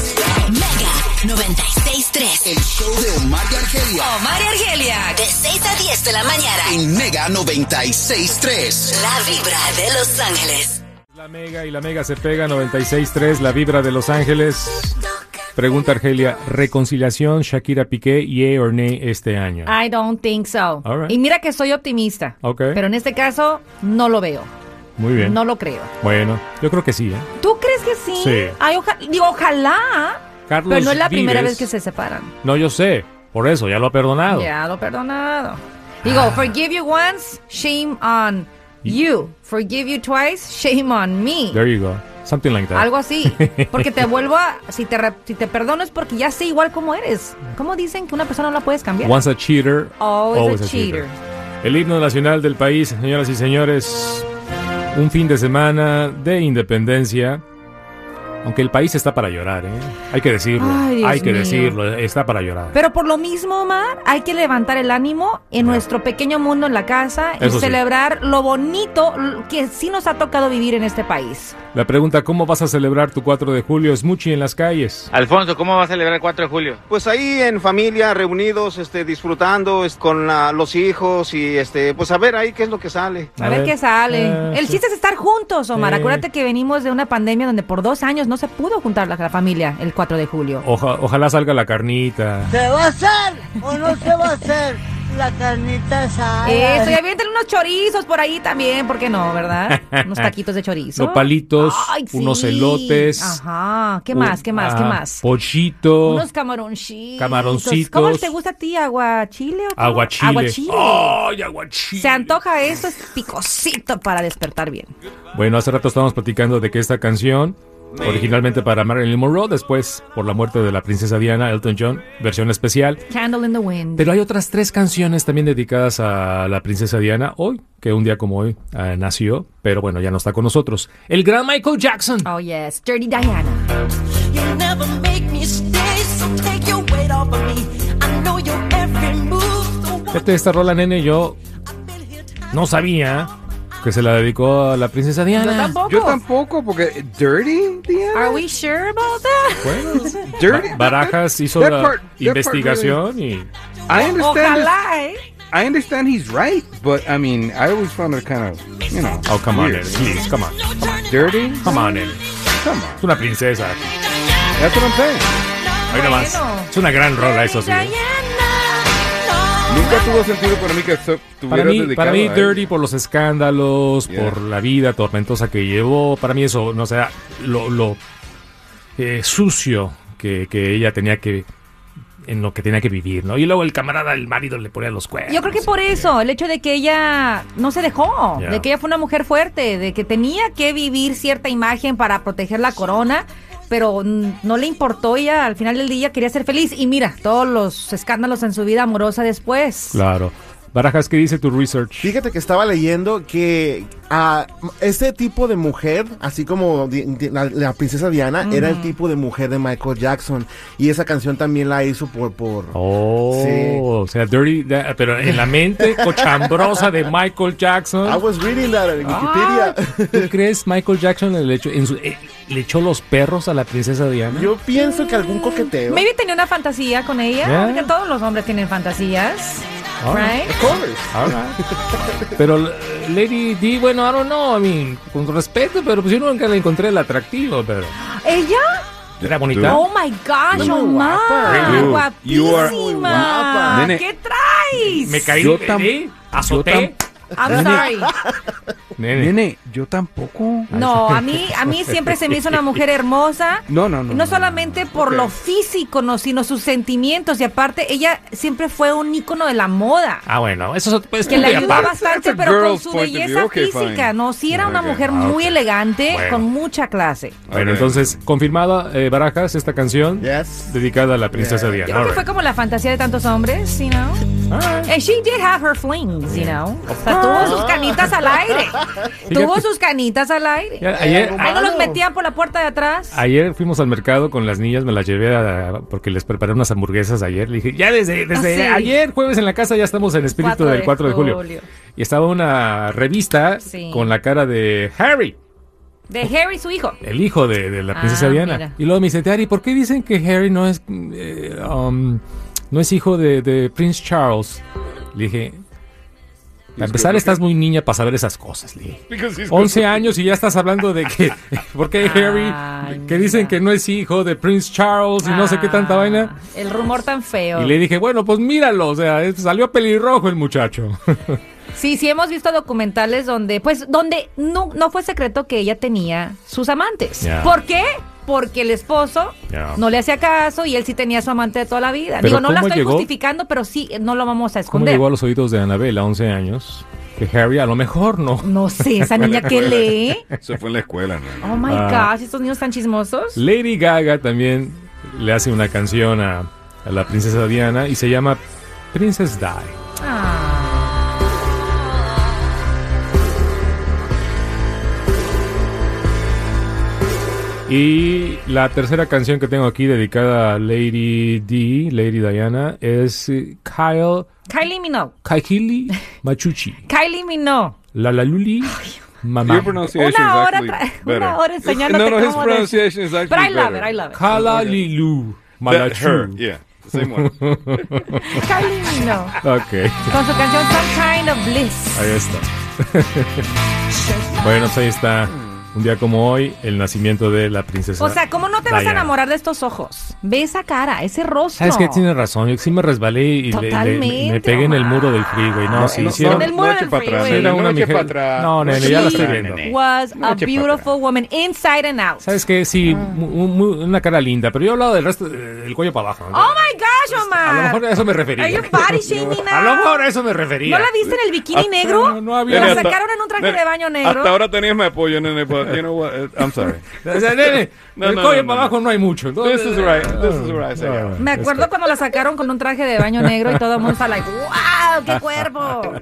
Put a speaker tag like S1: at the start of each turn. S1: Mega 96.3.
S2: El show de Omar y Argelia.
S1: Omar y Argelia. De 6 a 10 de la mañana.
S2: En Mega 96.3.
S1: La vibra de Los Ángeles.
S3: La Mega y la Mega se pega 96.3, la vibra de Los Ángeles. Pregunta Argelia, reconciliación Shakira Piqué y yeah or nay este año.
S4: I don't think so.
S3: All right.
S4: Y mira que soy optimista.
S3: Ok.
S4: Pero en este caso no lo veo.
S3: Muy bien.
S4: No lo creo.
S3: Bueno, yo creo que sí, ¿eh?
S4: ¿Tú crees que sí?
S3: Sí.
S4: Ay, oja- digo, ojalá.
S3: Carlos
S4: pero no es la primera
S3: Vives-
S4: vez que se separan.
S3: No, yo sé. Por eso, ya lo ha perdonado.
S4: Ya lo he perdonado. Digo,
S3: Ah.
S4: forgive you once, shame on you. Forgive you twice, shame on me.
S3: There you go. Something like that.
S4: Algo así. Porque te vuelvo a. Si te, re- si te perdono es porque ya sé igual cómo eres. ¿Cómo dicen que una persona no la puedes cambiar?
S3: Once a cheater,
S4: Always a
S3: El himno nacional del país, señoras y señores. Un fin de semana de independencia. Aunque el país está para llorar, ¿eh? Hay que decirlo.
S4: Ay, Dios
S3: hay que
S4: mío.
S3: decirlo. Está para llorar.
S4: Pero por lo mismo, Omar, hay que levantar el ánimo en
S3: Ya.
S4: nuestro pequeño mundo en la casa
S3: Eso sí.
S4: y celebrar lo bonito l- que sí nos ha tocado vivir en este país.
S3: La pregunta, ¿cómo vas a celebrar tu 4 de julio? Es muchi en las calles.
S5: Alfonso, ¿cómo va a celebrar el 4 de julio?
S6: Pues ahí en familia, reunidos, este, disfrutando es, con la- los hijos y este, pues a ver ahí qué es lo que sale.
S4: A, ver, qué sale.
S3: Ah,
S4: el
S3: sí.
S4: chiste es estar juntos, Omar.
S3: Sí.
S4: Acuérdate que venimos de una pandemia donde por dos años no se pudo juntar la, la familia el 4 de julio.
S3: Oja- ojalá salga la carnita.
S7: ¿Se va a hacer o no se va a hacer la carnita asada?
S4: Eso, y avienten unos chorizos por ahí también, ¿por qué no, verdad? Unos taquitos de chorizo.
S3: Los palitos, unos elotes.
S4: Ajá, ¿qué más, qué más, qué
S3: Ah,
S4: más?
S3: Pollito.
S4: Unos camaroncitos.
S3: Camaroncitos. Oh.
S4: ¿Cómo te gusta a ti? ¿Aguachile o cómo?
S3: Aguachile.
S4: Aguachile.
S3: ¡Ay, aguachile!
S4: Se antoja eso, es picosito para despertar bien.
S3: Bueno, hace rato estábamos platicando de que esta canción, originalmente para Marilyn Monroe, después, por la muerte de la princesa Diana, Elton John, versión especial.
S4: Candle in the Wind.
S3: Pero hay otras tres canciones también dedicadas a la princesa Diana hoy, que un día como hoy eh, nació, pero bueno, ya no está con nosotros. El gran Michael Jackson.
S4: Oh, yes. Dirty Diana.
S8: You never make me stay, so take your weight off of me. I know your every move. So what
S3: Fíjate, esta rola, nene, yo no sabía que se la dedicó a la princesa Diana.
S9: Yo tampoco, porque eh, Dirty, Diana.
S4: Are we sure about that?
S3: Bueno,
S9: Dirty.
S3: Barajas hizo
S9: That
S3: la
S9: part- that part
S3: investigación y...
S9: I understand. this-
S4: Ojalá, ¿eh?
S9: I understand he's right, but I mean, I always found it kind of, you know.
S3: Oh, come on,
S9: weird.
S3: nene, please, come on.
S9: Dirty?
S3: Come on, nene.
S9: Come on.
S3: Es una princesa.
S9: That's what I'm saying.
S3: Ahí nomás.
S4: Bueno.
S3: Es una gran rola, eso sí. ¿eh?
S9: Nunca tuvo sentido para mí que so-
S3: Para
S9: tuvieras
S3: mí,
S9: dedicado
S3: para mí
S9: a él.
S3: Dirty por los escándalos,
S9: Yeah.
S3: por la vida tormentosa que llevó, para mí eso, no sé, lo, lo, eh, sucio que, que ella tenía que, en lo que tenía que vivir, ¿no? Y luego el camarada, el marido le ponía los cuernos.
S4: Yo creo que por
S3: y
S4: eso, el hecho de que ella no se dejó,
S3: Ya.
S4: de que ella fue una mujer fuerte, de que tenía que vivir cierta imagen para proteger la corona, pero mm, no le importó ella, al final del día quería ser feliz y mira, todos los escándalos en su vida amorosa después.
S3: Claro. Barajas, ¿qué dice tu research?
S10: Fíjate que estaba leyendo que a este tipo de mujer, así como di- di- la, la princesa Diana, era el tipo de mujer de Michael Jackson. Y esa canción también la hizo por... por
S3: Oh,
S10: Sí.
S3: o sea, Dirty, da- pero en la mente cochambrosa de Michael
S10: I
S3: Jackson.
S10: was reading that en Wikipedia.
S3: Ah, ¿Tú crees Michael Jackson le echó, en su- eh, le echó los perros a la princesa Diana?
S10: Yo pienso que algún coqueteo.
S4: Maybe tenía una fantasía con ella.
S3: Yeah.
S4: porque todos los hombres tienen fantasías.
S3: Ah.
S4: Right?
S10: Of course.
S3: All right. Pero eh, Lady D, bueno, I don't know, I mean, con respeto, pero pues yo nunca le encontré el atractivo, pero
S4: ¿Ella?
S3: era bonita.
S4: Oh my gosh,
S10: Muy guapa.
S4: Omar.
S9: Dude, you
S4: Guapísima.
S9: are- guapa. Nene.
S4: ¿Qué traes?
S3: Me caí,
S9: Yo
S3: eh,
S9: tam-
S3: eh,
S9: yo
S3: azoté.
S9: tam-
S4: I'm sorry.
S3: Nene.
S9: Nene, yo tampoco.
S4: No, a mí, a mí siempre se me hizo una mujer hermosa.
S9: No, no, no.
S4: No solamente por
S9: Ok.
S4: lo físico, no, sino sus sentimientos. Y aparte, ella siempre fue un ícono de la moda.
S3: Ah, bueno, eso es pues,
S4: Que le
S3: punto y
S4: ayudó
S3: aparte.
S4: bastante,
S9: That's a
S4: pero con
S9: girl's
S4: su
S9: point of view.
S4: belleza
S9: Ok,
S4: física.
S9: fine.
S4: No, sí era una
S9: Ok,
S4: mujer
S9: ah,
S4: muy elegante,
S3: Bueno.
S4: con mucha clase.
S3: Bueno,
S9: Ok.
S3: entonces, confirmada, eh, Barajas, esta canción
S10: Yes.
S3: dedicada a la princesa
S4: Yo
S3: Diana.
S4: creo que
S3: All
S4: fue como la fantasía de tantos hombres, you know.
S3: right. All right.
S4: And she did have her flings, you know. O sea, tuvo sus canitas al aire. Tuvo sus canitas al aire.
S3: Ya, ayer,
S4: Ahí no
S10: Claro.
S4: los metían por la puerta de atrás.
S3: Ayer fuimos al mercado con las niñas, me las llevé a- porque les preparé unas hamburguesas ayer. Le dije, ya desde, desde
S4: Ah, sí.
S3: ayer, jueves en la casa, ya estamos en espíritu
S4: Cuatro
S3: del
S4: de
S3: 4 de julio.
S4: julio.
S3: Y estaba una revista
S4: Sí.
S3: con la cara de Harry.
S4: De Harry, su hijo.
S3: El hijo de, de la princesa
S4: Ah,
S3: Diana.
S4: mira.
S3: Y luego me dice, Daddy, ¿por qué dicen que Harry no es, eh, um, no es hijo de, de Prince Charles? Le dije, para empezar estás muy niña para saber esas cosas. Le dije,
S9: Oh.
S3: 11 años y ya estás hablando de que, ¿por qué Harry?
S4: Ay,
S3: Que dicen
S4: mira.
S3: que no es hijo de Prince Charles y no sé qué tanta
S4: Ah,
S3: vaina.
S4: El rumor tan feo.
S3: Y le dije, bueno, pues míralo, o sea, es- salió pelirrojo el muchacho.
S4: Sí, sí hemos visto documentales donde, pues, donde no, no fue secreto que ella tenía sus amantes.
S3: Ya.
S4: ¿Por qué? Porque el esposo
S3: Ya.
S4: no le hacía caso y él sí tenía su amante de toda la vida.
S3: Pero
S4: Digo, no la
S3: ¿cómo
S4: estoy
S3: llegó?
S4: justificando, pero sí, no lo vamos a
S3: ¿Cómo
S4: esconder.
S3: llegó a los oídos de Anabel a 11 años? Que Harry a lo mejor no.
S4: No sé, esa niña que lee.
S9: Eso fue en la escuela, ¿no?
S4: Oh my
S3: Ah.
S4: gosh, estos niños tan chismosos.
S3: Lady Gaga también le hace una canción a, a la princesa Diana y se llama Princess Die.
S4: Ah.
S3: Y la tercera canción que tengo aquí dedicada a Lady D, Lady Diana, es eh, Kyle
S4: Kylie Minogue.
S3: Kaihili Machuchi.
S4: Kylie Minogue.
S3: La la luli. Mamá.
S9: Your pronunciation
S4: Una
S9: is
S4: hora
S9: actually
S4: tra-
S9: better.
S4: una hora enseñándote
S9: No, no, his
S4: cómo
S9: pronunciation is actually
S4: But I love
S9: better.
S4: it, I love it.
S3: Kala lilu.
S9: That- her,
S3: Malachu.
S9: yeah, the same one.
S4: Kylie Minogue.
S3: Ok.
S4: Con su canción Some Kind of Bliss.
S3: Ahí está. bueno, pues ahí está. Un día como hoy, el nacimiento de la princesa.
S4: O sea, ¿cómo no te vas a
S3: Diana.
S4: enamorar de estos ojos? Ve esa cara, ese rostro.
S3: ¿Sabes qué? Tienes razón. Yo sí me resbalé y le- le- me,
S4: Totalmente,
S3: me pegué en el muro del freeway.
S4: Ah,
S3: No,
S9: No,
S3: sí,
S9: no,
S3: sí.
S9: no,
S3: era-
S4: En el muro
S9: eche
S4: del
S9: para atrás,
S4: freeway.
S9: nene,
S3: era una
S9: eche
S3: mujer-
S9: para atrás.
S3: No, nene,
S9: eche
S3: ya
S9: para
S3: la estoy
S9: atrás,
S3: viendo.
S9: nene.
S4: Was
S9: No
S4: a
S9: eche para
S4: beautiful woman inside and out.
S3: ¿Sabes qué?
S4: Ah.
S3: Sí, mu- mu- una cara linda, pero yo he hablado del resto, eh, del cuello para abajo. ¿no?
S4: Oh my gosh, Omar.
S3: a lo mejor a eso me refería.
S4: Are you body shaming
S3: a lo
S4: now?
S3: mejor a eso me refería.
S4: ¿No la viste en el bikini
S9: Hasta-
S4: negro?
S3: no, no había-
S4: ¿La
S9: Nene, hasta-
S4: sacaron en un traje
S9: nene,
S4: de baño negro?
S9: Hasta ahora tenías mi apoyo, nene, but you know what? eh, I'm sorry.
S3: O sea, nene,
S9: No,
S3: del
S9: no,
S3: cuello
S9: no,
S3: para
S9: no.
S3: abajo no hay mucho.
S9: This
S3: Entonces,
S9: is right. This is right. señor.
S4: Me acuerdo cuando la sacaron con un traje de baño negro y todo el mundo está like, ¡wow! ¡Qué cuerpo!